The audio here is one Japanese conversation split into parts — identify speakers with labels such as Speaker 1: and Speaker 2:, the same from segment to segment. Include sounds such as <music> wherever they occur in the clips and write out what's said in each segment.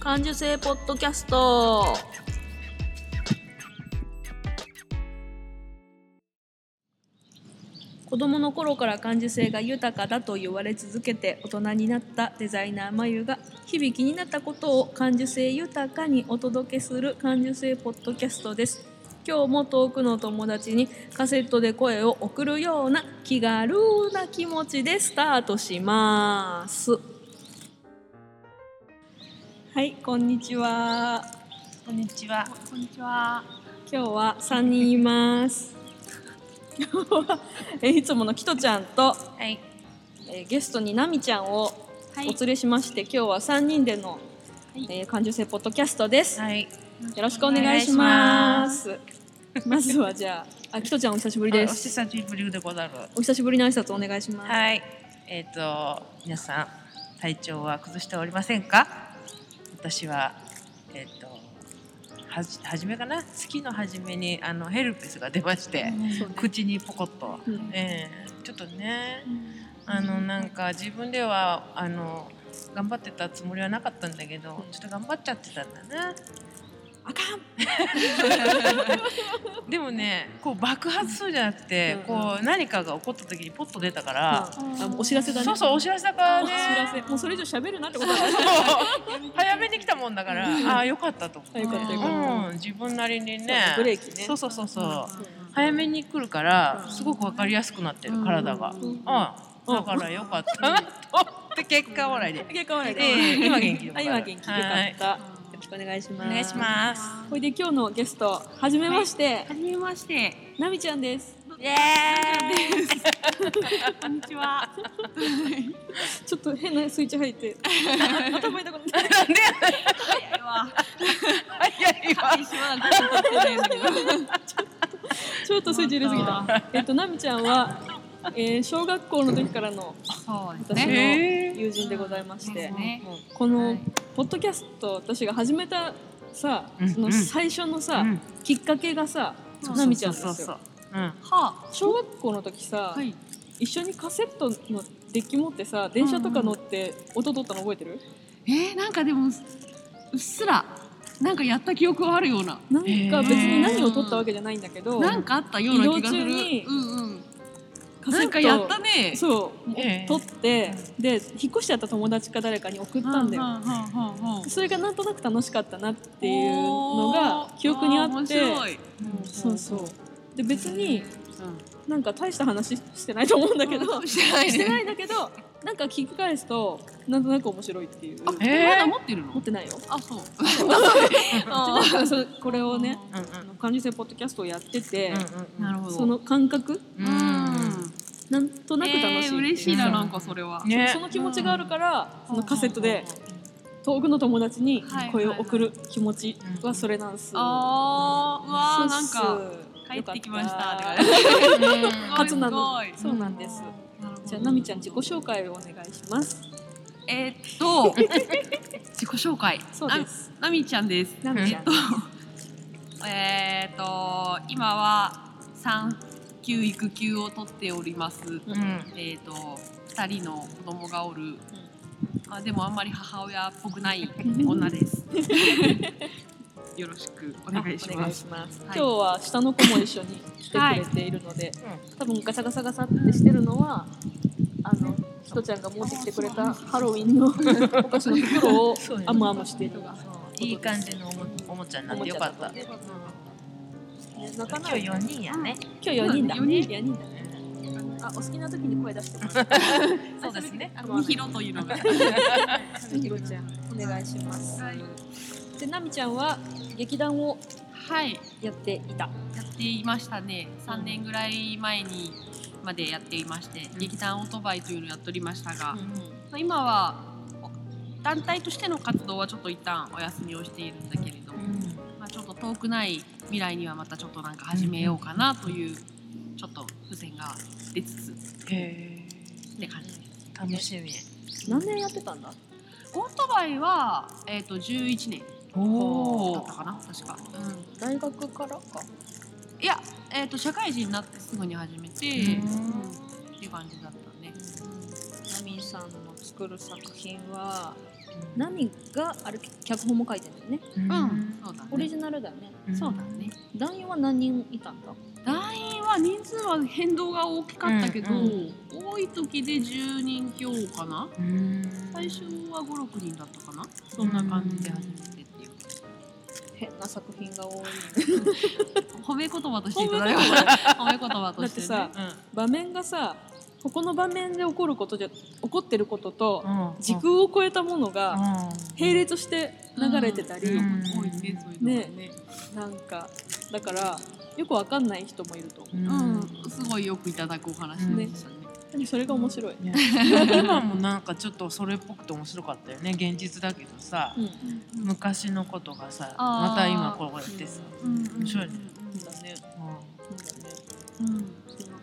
Speaker 1: 感受性ポッドキャスト子供の頃から感受性が豊かだと言われ続けて大人になったデザイナーまゆが日々気になったことを感受性豊かにお届けする感受性ポッドキャストです今日も遠くの友達にカセットで声を送るような気軽な気持ちでスタートしますはいこんにちは
Speaker 2: こんにちは。こんにちは。
Speaker 1: 今日は三人います。今日はえいつものキトちゃんと、
Speaker 2: はい。
Speaker 1: えーゲストにナミちゃんをお
Speaker 2: は
Speaker 1: 連れしまして、今日は三人での、
Speaker 2: はい
Speaker 1: えー感受性ポッドキャストです。
Speaker 2: はい。
Speaker 1: よろしくお願いします。まずはじゃあ、あキトちゃんお久しぶ
Speaker 2: お
Speaker 1: り
Speaker 2: 願いしま。
Speaker 1: です
Speaker 2: お
Speaker 1: す。
Speaker 2: 久しぶりでござる。
Speaker 1: お久しぶりの挨拶お願いします。
Speaker 2: はい。えっ、と皆さん体調は崩しておりませんか？私はえっ、とはじ初めかな月の初めにあのヘルペスが出まして、
Speaker 1: そうね
Speaker 2: 口にポコッと、
Speaker 1: うん
Speaker 2: ええちょっとねあのなんか自分ではあの頑張ってたつもりはなかったんだけどちょっと頑張っちゃってたんだな。
Speaker 1: あかん。
Speaker 2: でもねこう爆発するじゃなくて、
Speaker 1: うん
Speaker 2: こう何かが起こった時にポッと出たから、
Speaker 1: あお知らせだね。
Speaker 2: そうそうお知らせだから
Speaker 1: お
Speaker 2: ね
Speaker 1: 知らせ。もうそれ以上喋るなってことだね。
Speaker 2: そう <laughs> 早めに来たもんだから、ああよかったと思って、
Speaker 1: よかったよか
Speaker 2: うん、自分なりにね
Speaker 1: ブレーキね
Speaker 2: そうそうそうそう
Speaker 1: そう
Speaker 2: 早めに来るから
Speaker 1: うん
Speaker 2: すごくわかりやすくなってる体が、うん
Speaker 1: うん
Speaker 2: だからよかったなと思って結果笑い
Speaker 1: <laughs>
Speaker 2: で、
Speaker 1: 結構笑いで
Speaker 2: ええ今元気でご
Speaker 1: あ
Speaker 2: ざる
Speaker 1: 今元気でよか
Speaker 2: はい
Speaker 1: った。よろしくお願いします。
Speaker 2: お願いします
Speaker 1: ほいで今日のゲスト、はじめまして、
Speaker 3: はじめまして。
Speaker 1: なみちゃんです。
Speaker 2: イエーイ
Speaker 3: こんにちは。
Speaker 1: ちょっと変なスイッチ入
Speaker 3: <laughs>
Speaker 1: って、頭痛くなって。
Speaker 2: なんで
Speaker 3: 早いわ。
Speaker 2: 早いわ
Speaker 3: 一緒だから撮ってないんだけど。
Speaker 1: ちょっとスイッチ入れすぎた。えっとなみちゃんは、えー小学校の時からの
Speaker 3: そうです
Speaker 1: 私の
Speaker 2: え
Speaker 3: ね。
Speaker 2: ー
Speaker 1: 友人でございまし
Speaker 3: で
Speaker 1: て
Speaker 3: す、ね。
Speaker 1: こ
Speaker 3: は
Speaker 1: の
Speaker 3: い
Speaker 1: ポッドキャスト私が始めたさ、
Speaker 2: うん
Speaker 1: その最初のさ、
Speaker 2: うん
Speaker 1: きっかけがさ、
Speaker 3: そう
Speaker 1: なみちゃんです
Speaker 2: そ
Speaker 1: よ。
Speaker 2: うそうそううん
Speaker 3: は
Speaker 1: 小学校の時さ、
Speaker 3: あ。い。
Speaker 1: 一緒にカセットのデッキ持ってさ電車とか乗って音取ったの覚えてる、
Speaker 3: えー、なんかでもうっすらなんかやった記憶はあるような。
Speaker 1: なんか別に何を取ったわけじゃないんだけど
Speaker 3: なんかあったような気がする。
Speaker 1: 移動中に
Speaker 3: うんうん。
Speaker 1: カセ
Speaker 3: な
Speaker 1: ッ
Speaker 3: ん
Speaker 1: ト
Speaker 3: か
Speaker 1: を
Speaker 3: やったね。
Speaker 1: そう、
Speaker 2: ええ
Speaker 1: 取ってで引っ越しちゃった友達か誰かに送っ
Speaker 3: う
Speaker 1: たんだよ、
Speaker 3: ははは
Speaker 1: それがなんとなく楽しかったなっていうのが記憶にあ
Speaker 3: 面
Speaker 1: って
Speaker 3: 白い。
Speaker 1: そうそうで別に
Speaker 3: うん。
Speaker 1: なんか大した話してないと思うんだ
Speaker 3: <laughs>
Speaker 1: けど、
Speaker 3: してない
Speaker 1: して
Speaker 3: ね。
Speaker 1: ないんだけどなんか聞き返すとなんとなく面白いっていう
Speaker 3: あ、
Speaker 2: え
Speaker 3: え
Speaker 2: ー
Speaker 3: まだ持ってる
Speaker 1: 持っ
Speaker 3: の？
Speaker 1: てないよ
Speaker 3: あ、そう。
Speaker 1: でなんかそうこれをね
Speaker 2: うんうん
Speaker 1: あの感受性ポッドキャストをやってて、
Speaker 2: うんうん
Speaker 3: なるほど。
Speaker 1: その感覚
Speaker 2: うん
Speaker 1: なんとなく楽しいって
Speaker 3: え
Speaker 1: い
Speaker 3: ー
Speaker 1: う、
Speaker 3: 嬉しいななんかそれは、
Speaker 2: ね
Speaker 1: その気持ちがあるから、
Speaker 3: うん
Speaker 1: そのカセットで遠くの友達に
Speaker 3: はい
Speaker 1: 声を送る気持ちはそれなんす、
Speaker 3: あーうわ
Speaker 1: そ
Speaker 3: ー
Speaker 1: うっ
Speaker 3: なん
Speaker 1: す
Speaker 3: か帰ってきましたって感
Speaker 1: よかっ
Speaker 3: じ
Speaker 1: 初なの
Speaker 3: すごい
Speaker 1: そうなんです
Speaker 3: なるほど
Speaker 1: じゃあなみちゃん自己紹介をお願いします
Speaker 3: えーっと <laughs> 自己紹介
Speaker 1: そうです
Speaker 3: ななみちゃんです
Speaker 1: な
Speaker 3: <laughs>
Speaker 1: みちゃん、
Speaker 3: えーっと今は産休育休を取っております、
Speaker 2: うんうん
Speaker 3: えーっと二人の子供がおるあでもあんまり母親っぽくない女ですよろしくお
Speaker 1: あお
Speaker 3: 願いします
Speaker 1: ます
Speaker 3: はい
Speaker 1: 今日は下の子も一緒に来てくれているので、
Speaker 2: う
Speaker 1: 多分ガサガサガサってしてるのはあのひとちゃんが持ってきてくれたハロウィン
Speaker 3: <laughs>
Speaker 1: のお菓子の袋を
Speaker 2: そうよね
Speaker 1: あむあむしている
Speaker 2: いい感じのおもおもちゃになってよかった。
Speaker 1: ね泣かないよ
Speaker 2: 今日四人やね。
Speaker 1: 今日4人だ
Speaker 3: そうだね
Speaker 1: 人だあお好きな時に声出して <laughs> ます
Speaker 2: そうですね。
Speaker 3: あのみひろというのが
Speaker 1: ひろちゃんお願いします
Speaker 3: はい
Speaker 1: でなみちゃんは劇団を
Speaker 3: はい
Speaker 1: やっていた
Speaker 3: やっていましたね3年ぐらい前にまでやっていまして、
Speaker 2: うん
Speaker 3: 劇団オートバイというのをやっておりましたが、
Speaker 1: うん
Speaker 3: まあ今はお団体としての活動はちょっと一旦お休みをしているんだけれど、まあ、ちょっと遠くない未来にはまたちょっとなんか始めようかなというちょっと付箋が出つつ
Speaker 2: へ
Speaker 3: って感じです。
Speaker 2: ー楽しみ。
Speaker 1: 何年やってたんだ
Speaker 3: オートバイは、えー、と11年だっ
Speaker 2: ー
Speaker 3: たかな確か、うん
Speaker 1: 大学からか
Speaker 3: いや、えー、と社会人になってすぐに始めて、
Speaker 2: うん
Speaker 3: っていう感じだったね。
Speaker 1: ナミさんの作る作品はナミがあれ脚本も書いてるんだよね
Speaker 2: う
Speaker 3: うん、そうだ
Speaker 1: オリ
Speaker 3: ね。
Speaker 1: ジナルだよね
Speaker 3: そうだね。
Speaker 1: 団員は何人いたんだ
Speaker 3: 団員は人数は変動が大きかったけど、
Speaker 2: うん
Speaker 3: 多い時で10人強かな
Speaker 2: うん
Speaker 3: 最初は56人だったかなそんな感じで始めてっていう
Speaker 1: 変な作品が多い
Speaker 3: 褒め言葉としていただけます褒め言葉として、ね、
Speaker 1: だって <laughs> 場面がさここの場面で起こることじゃ起こってることと
Speaker 2: うん
Speaker 1: 時空を超えたものが並列して流れてたり、
Speaker 2: うん
Speaker 3: 多いねそういうのがね
Speaker 1: なんかだからよくわかんない人もいると思
Speaker 2: うん
Speaker 3: うん、すごいよくいただくお話でしたね
Speaker 1: うでもそれが面白い、
Speaker 2: ね今もなんかちょっとそれっぽくて面白かったよね現実だけどさ
Speaker 1: うん、
Speaker 3: うん
Speaker 2: 昔のことがさ
Speaker 3: あー
Speaker 2: また今こうやってさ、
Speaker 3: うんうん
Speaker 2: 面白いね
Speaker 1: そうだねそうだね
Speaker 3: うん
Speaker 1: そんな感じだね
Speaker 2: うんうん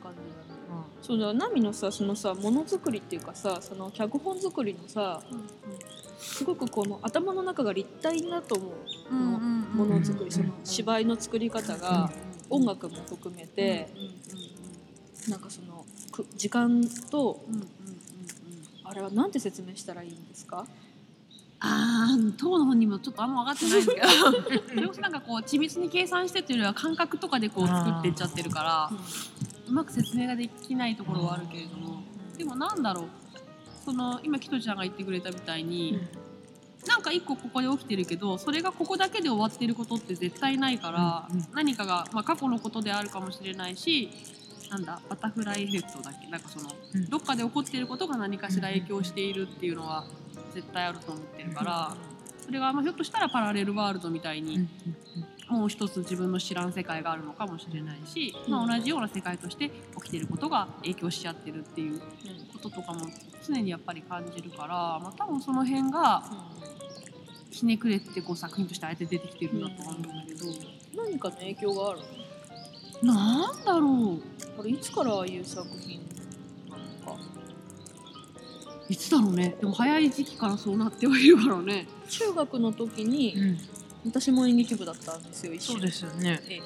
Speaker 1: そうだナミのさそのさものづくりっていうかさその脚本作りのさすごくこの頭の中が立体だと思う
Speaker 3: うんうん
Speaker 1: ものづく
Speaker 2: うん
Speaker 1: りその芝居の作り方が音楽も含めてなんかそのく時間と
Speaker 3: うんうんうんうん
Speaker 1: あれはなんて説明したらいいんですか
Speaker 3: あー当の本人もちょっとあんま分かってないんだけどそれこそなんかこう緻密に計算してというよりは感覚とかでこう作ってっちゃってるからうまく説明ができないところはあるけれどもでもなんだろうその今キトちゃんが言ってくれたみたいに、なんか一個ここで起きてるけどそれがここだけで終わってることって絶対ないから、
Speaker 2: うんうん
Speaker 3: 何かが、まあ、過去のことであるかもしれないしなんだバタフライエフェクトだっけなんかその、
Speaker 2: うん
Speaker 3: どっかで起こっていることが何かしら影響しているっていうのは絶対あると思ってるから、それが、まあ、ひょっとしたらパラレルワールドみたいに、
Speaker 2: うん
Speaker 3: もう一つ自分の知らん世界があるのかもしれないし、
Speaker 1: うん
Speaker 3: まあ、同じような世界として起きてることが影響しちゃってるっていうこととかも常にやっぱり感じるから、まあ、多分その辺が。ひねくれてこう作品としてあえて出てきてるなと思うんだけど、
Speaker 1: 何かの影響がある
Speaker 3: なんだろう
Speaker 1: のこれいつからああいう作品なのか
Speaker 3: いつだろうねでも早い時期からそうなってはいるからね
Speaker 1: 中学の時に、
Speaker 2: うん
Speaker 1: 私も演劇部だったんですよ一緒
Speaker 2: そうですよね
Speaker 1: ええ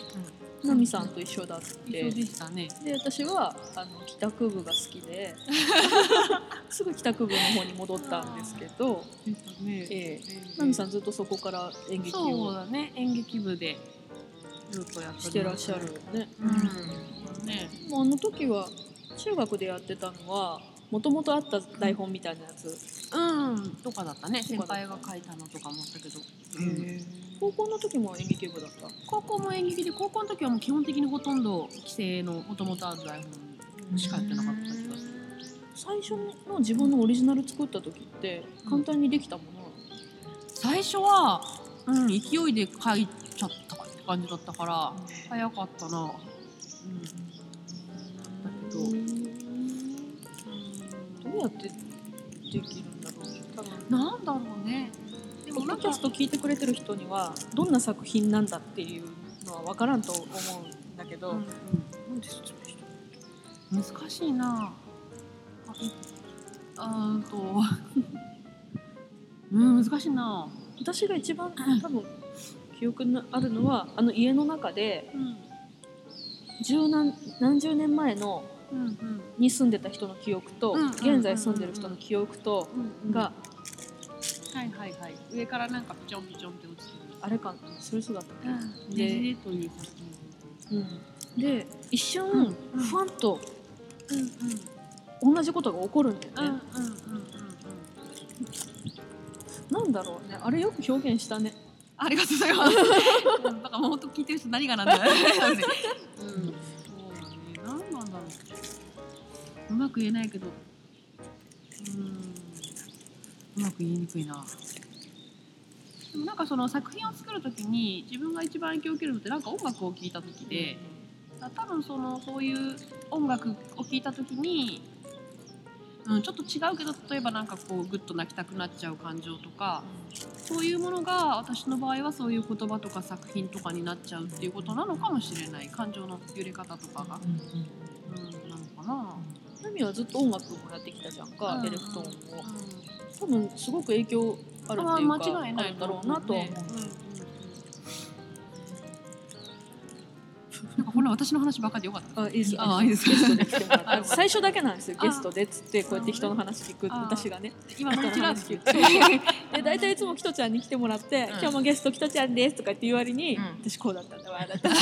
Speaker 2: うん
Speaker 1: ナミさんと一緒だって
Speaker 3: 一緒でしたね
Speaker 1: で私はあの帰宅部が好き
Speaker 2: <laughs>
Speaker 1: ですぐ帰宅部の方に戻ったんですけど
Speaker 3: でしたね
Speaker 1: ええ
Speaker 3: ー
Speaker 1: ナミさんずっとそこから演劇
Speaker 3: そう
Speaker 1: を
Speaker 3: だね演劇部でずっとやって
Speaker 1: してらっしゃるよね。
Speaker 3: うん、
Speaker 2: うん
Speaker 3: ね
Speaker 1: でもあの時は中学でやってたのはもともとあった台本みたいなやつ
Speaker 3: うんとかだったね
Speaker 1: と
Speaker 3: 先
Speaker 1: かだった
Speaker 3: 輩が書いたのとかもあったけど、
Speaker 2: うん
Speaker 1: 高校の時も演劇部だった。
Speaker 3: 高校も演劇で高校の時はもう基本的にほとんど規制のもともとある台本しかやってなかった気がする
Speaker 1: 最初の自分のオリジナル作った時って簡単にできたものなの、
Speaker 3: 最初は、うん、勢いで書いちゃったって感じだったから早かったな、
Speaker 1: ど
Speaker 3: う
Speaker 1: どうやってできるんだろう多分
Speaker 3: なんだろうねで
Speaker 1: ポ
Speaker 3: も
Speaker 1: ッ
Speaker 3: な
Speaker 1: ド
Speaker 3: ん
Speaker 1: キ
Speaker 3: か
Speaker 1: ャスト聞いてくれてる人にはどんな作品なんだっていうのは分からんと思うんだけど、
Speaker 3: う
Speaker 1: な
Speaker 3: ん
Speaker 1: んで説明し
Speaker 3: うん難しいなあいあーんと <laughs> うん難しいな、
Speaker 1: た私が一番多分記憶にあるのはあの家の中で
Speaker 3: うん
Speaker 1: 十何何十年前の
Speaker 3: うん
Speaker 1: に住んでた人の記憶と、
Speaker 3: うん
Speaker 1: 現在住んでる人の記憶と、
Speaker 3: うん、
Speaker 1: が
Speaker 3: はいはいはい上からなんかピチョンピチョンって落ちて
Speaker 1: あれかそれそうだった
Speaker 3: る、
Speaker 1: ね、
Speaker 3: うん、
Speaker 1: で
Speaker 3: ねじれというか
Speaker 1: うんで一瞬、
Speaker 3: うんうん
Speaker 1: ふわっと
Speaker 3: うんうん
Speaker 1: 同じことが起こるんだよね、
Speaker 3: うんうんうんうんうん
Speaker 1: なんだろうねあれよく表現したね
Speaker 3: ありがとうございます。 <laughs> うんだからもう本当聞いてる人何が <laughs> なんだろう。うん。そうだね。何なんだろう。うまく言えないけど。うん。うまく言いにくいな。でもなんかその作品を作るときに自分が一番影響を受けるのってなんか音楽を聴いたときで、だから多分そのそういう音楽を聴いたときに。うん、ちょっと違うけど例えばなんかこうグッと泣きたくなっちゃう感情とか、そういうものが私の場合はそういう言葉とか作品とかになっちゃうっていうことなのかもしれない感情の揺れ方とかが、うん、なのかな、
Speaker 1: ナミはずっと音楽もやってきたじゃんか、
Speaker 3: うん
Speaker 1: エレクトーンを多分すごく影響ある
Speaker 3: あ
Speaker 1: っ
Speaker 3: あ
Speaker 1: ていうか
Speaker 3: 間違いない
Speaker 1: あるんだろうなとは思う、
Speaker 3: ねうんうんなんかこれ私の話ばっかりでよかったです
Speaker 1: あいいです
Speaker 3: <laughs> あ
Speaker 1: ゲ
Speaker 3: いいです
Speaker 1: ストで来てもらった最初だけなんですよゲストでっつってこうやって人の話聞く
Speaker 3: あ
Speaker 1: 私がね
Speaker 3: 今のうちらで
Speaker 1: <laughs>
Speaker 3: すけど
Speaker 1: で大体いつもキトちゃんに来てもらって、今日もゲストキトちゃんですとか言って言う割に、
Speaker 2: うん
Speaker 1: 私こうだったんだわ <laughs> あだったんだ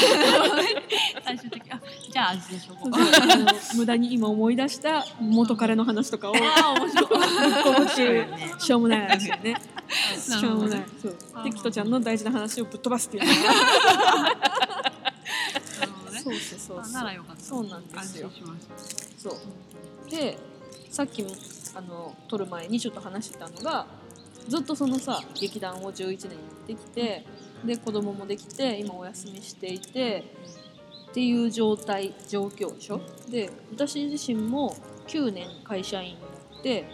Speaker 3: 最終的にあじゃあ味でしょここ
Speaker 1: あの無駄に今思い出した元彼の話とかをぶっ
Speaker 3: ああ面白い
Speaker 1: 込むっていう
Speaker 2: ね
Speaker 1: しょうもない話よね
Speaker 3: な
Speaker 1: し
Speaker 3: る
Speaker 1: ょう
Speaker 3: ほ
Speaker 1: も
Speaker 3: ど
Speaker 1: <laughs> ない
Speaker 3: ね
Speaker 1: そう
Speaker 3: あー
Speaker 1: でキトちゃんの大事な話をぶっ飛ばすっていうのが
Speaker 3: なるほどね
Speaker 1: そうそうそう
Speaker 3: あ
Speaker 1: そ
Speaker 3: なら
Speaker 1: う
Speaker 3: よかった
Speaker 1: そうなんですよ
Speaker 3: 安心しました
Speaker 1: そうでさっきもあの撮る前にちょっと話してたのがずっとそのさ劇団を11年やってきてで子供もできて今お休みしていてっていう状態状況でしょで私自身も9年会社員になって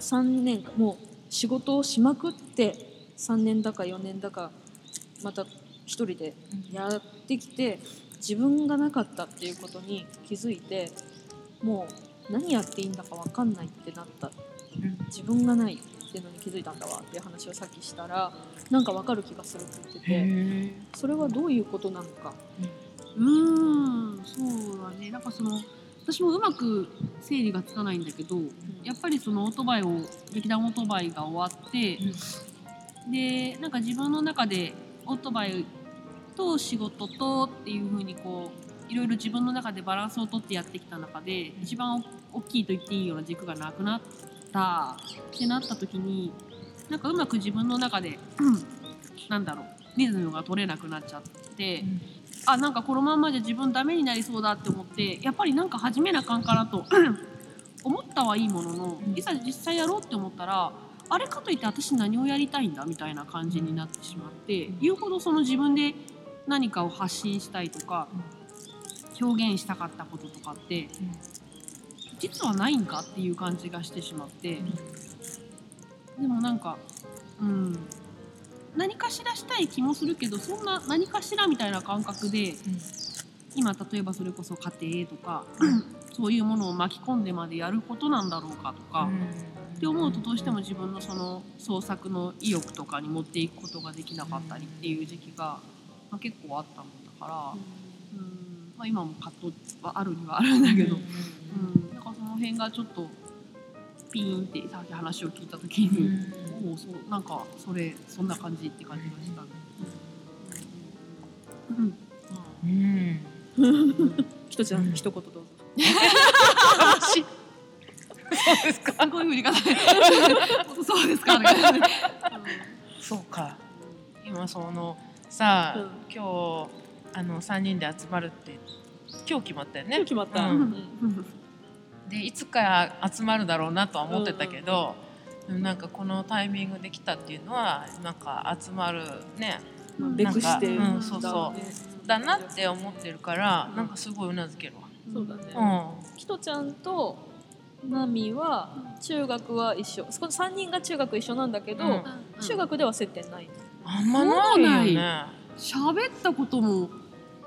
Speaker 1: 3年間もう仕事をしまくって3年だか4年だかまた一人でやってきて自分がなかったっていうことに気づいてもう何やっていいんだか分かんないってなった自分がないっていうのに気づいたんだわっていう話をさっきしたらなんか分かる気がするって言っててそれはどういうことなのか。
Speaker 3: うーんそうだねなんかその私もうまく整理がつかないんだけどやっぱりそのオートバイを劇団オートバイが終わって、でなんか自分の中でオートバイと仕事とっていう風にこういろいろ自分の中でバランスをとってやってきた中で一番お大きいと言っていいような軸がなくなったってなった時になんかうまく自分の中で、うんなんだろうリズムが取れなくなっちゃって。あなんかこのまんまじゃ自分ダメになりそうだって思ってやっぱりなんか始めなあかんかなと <clears throat> 思ったはいいものの
Speaker 2: うん
Speaker 3: いざ実際やろうって思ったらあれかといって私何をやりたいんだみたいな感じになってしまって
Speaker 2: うん
Speaker 3: 言うほどその自分で何かを発信したいとか表現したかったこととかって実はないんかっていう感じがしてしまってでもなんかうん何かしらしたい気もするけどそんな何かしらみたいな感覚で今例えばそれこそ家庭とかそういうものを巻き込んでまでやることなんだろうかとか、って思うとどうしても自分のその創作の意欲とかに持っていくことができなかったりっていう時期が、まあ、結構あったもんだから、うんまあ、今も葛藤はあるにはあるんだけど、うんなんかその辺がちょっとピーンってさっき話を聞いた時に、おおそうなんかそれそんな感じって感じがしたね。うん
Speaker 1: ひとちゃん一言どうぞ。
Speaker 3: すごい振り方そうですか、ね、
Speaker 2: そうか今そのさあ、
Speaker 1: うん
Speaker 2: 今日あの3人で集まるって今日決まったよ
Speaker 1: 今日
Speaker 2: ね
Speaker 1: 決まった。
Speaker 2: うん
Speaker 1: うん
Speaker 2: でいつか集まるだろうなとは思ってたけど、なんかこのタイミングで来たっていうのはなんか集まるね
Speaker 1: まあ
Speaker 3: うん
Speaker 1: べくして
Speaker 2: なんかうんそうそう
Speaker 1: ね
Speaker 2: だなって思ってるから、
Speaker 1: うん
Speaker 2: なんかすごいうなずけるわ。
Speaker 1: そうだね
Speaker 2: うん
Speaker 1: キトちゃんとナミは中学は一緒。この三人が中学一緒なんだけど、
Speaker 2: うん
Speaker 1: 中学では接点ない。
Speaker 2: あんまないよね。
Speaker 3: 喋ったことも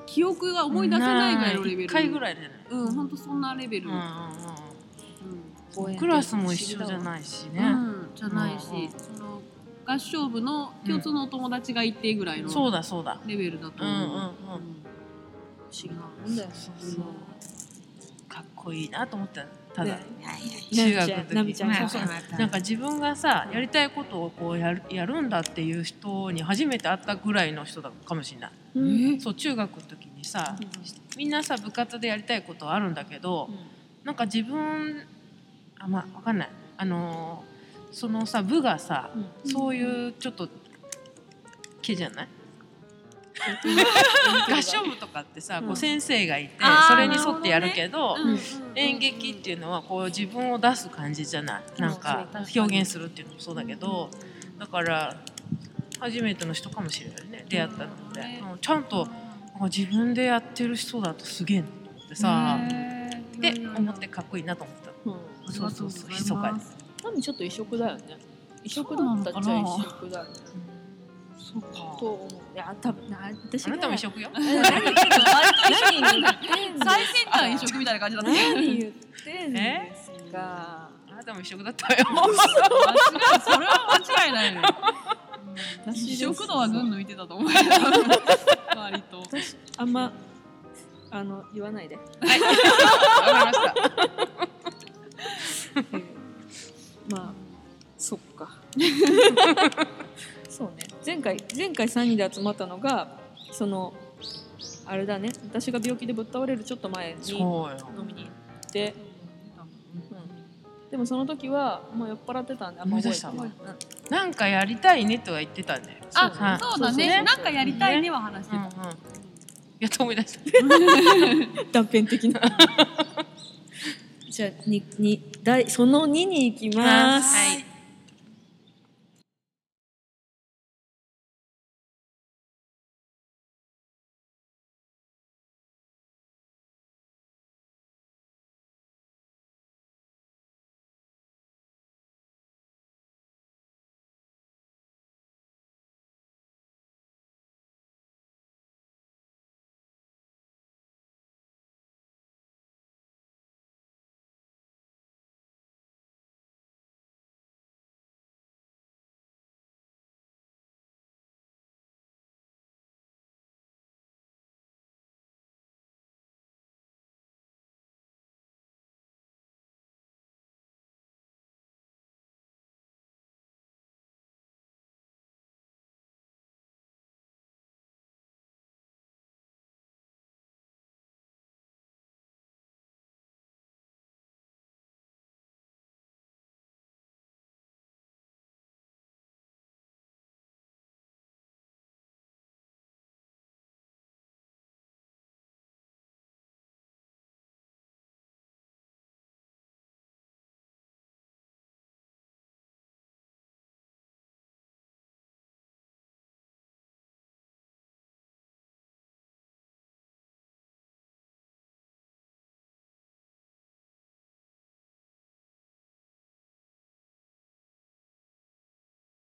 Speaker 3: 記憶が思い出せないぐらいのレベル
Speaker 2: 一回ぐ
Speaker 3: い
Speaker 2: らいじゃない。
Speaker 3: うん本当そんなレベル、
Speaker 2: う
Speaker 3: うんん
Speaker 1: 応援って
Speaker 2: クラスも一緒じゃ
Speaker 1: い。
Speaker 2: ないし
Speaker 3: う
Speaker 2: ね。
Speaker 3: んじゃないし、
Speaker 2: うんうん
Speaker 3: その合唱部の共通のお友達がいてぐらいの
Speaker 2: そうだそうだ。
Speaker 3: レベルだと
Speaker 2: うんうんうん
Speaker 3: 思う、。不思議な
Speaker 1: なんだよ。
Speaker 2: そうそう。かっこいいなと思ったただ
Speaker 1: ね。
Speaker 2: 中学の時
Speaker 1: ナミちゃんナミちゃん
Speaker 2: ねなんか自分がさやりたいことをこうやるやるんだっていう人に初めて会ったぐらいの人だかもしれない。
Speaker 1: うん
Speaker 2: そう中学の時にさ
Speaker 1: うん
Speaker 2: みんなさ部活でやりたいことはあるんだけどなんか自分あまあわかんないあのーそのさ部がさ
Speaker 1: うん
Speaker 2: そういうちょっと毛じゃない合唱部とかってさ、
Speaker 1: う
Speaker 2: こ
Speaker 1: ん
Speaker 2: う先生がいて
Speaker 3: あ
Speaker 2: そ
Speaker 3: ー
Speaker 2: れに沿ってやるけど
Speaker 1: ん
Speaker 2: 演劇っていうのはこう自分を出す感じじゃないなんか
Speaker 3: うんそう
Speaker 2: 表現するっていうのもそうだけどだから初めての人かもしれないね出会ったので、
Speaker 3: なるほどね
Speaker 2: うんちゃんとなんか自分でやってる人だとすげえなと思ってさ、で思ってかっこいいなと思った
Speaker 1: うん
Speaker 2: そうそうそう密かに。
Speaker 1: ナミちょっと異色だよね。異色だったっちゃ異色だよね。
Speaker 3: そうか
Speaker 1: と思う。いや多分な私
Speaker 2: あ
Speaker 1: が
Speaker 2: なたも一緒よ。
Speaker 1: 何言ってんの
Speaker 3: 最先端移植みたいな感じだった
Speaker 1: 何言ってんですか。
Speaker 2: あなたも一緒だったよ。
Speaker 3: 間違いそれは間違いないのよ
Speaker 1: 私です
Speaker 3: 食度は群抜いてたと思うけど割と
Speaker 1: あんまあの言わ <laughs> ないで。
Speaker 3: <laughs>
Speaker 2: わかりまし
Speaker 1: まあそっか <laughs> そうね前回前回3人で集まったのがそのあれだね私が病気でぶっ倒れるちょっと前
Speaker 2: た。
Speaker 1: に
Speaker 2: そうよ。
Speaker 1: 飲みに行って、うん、でもその時はもう酔っ払ってたんであんま覚えてない
Speaker 2: 思い出なんかやりたいねとは言ってたね。
Speaker 1: そうね
Speaker 3: あ、そうだね。なんかやりたいねは話して
Speaker 2: うんうん。
Speaker 3: た。
Speaker 2: やっと思い出した。
Speaker 1: うん断片的
Speaker 2: <laughs>
Speaker 1: なじゃあにに第その2に行きます
Speaker 2: はい。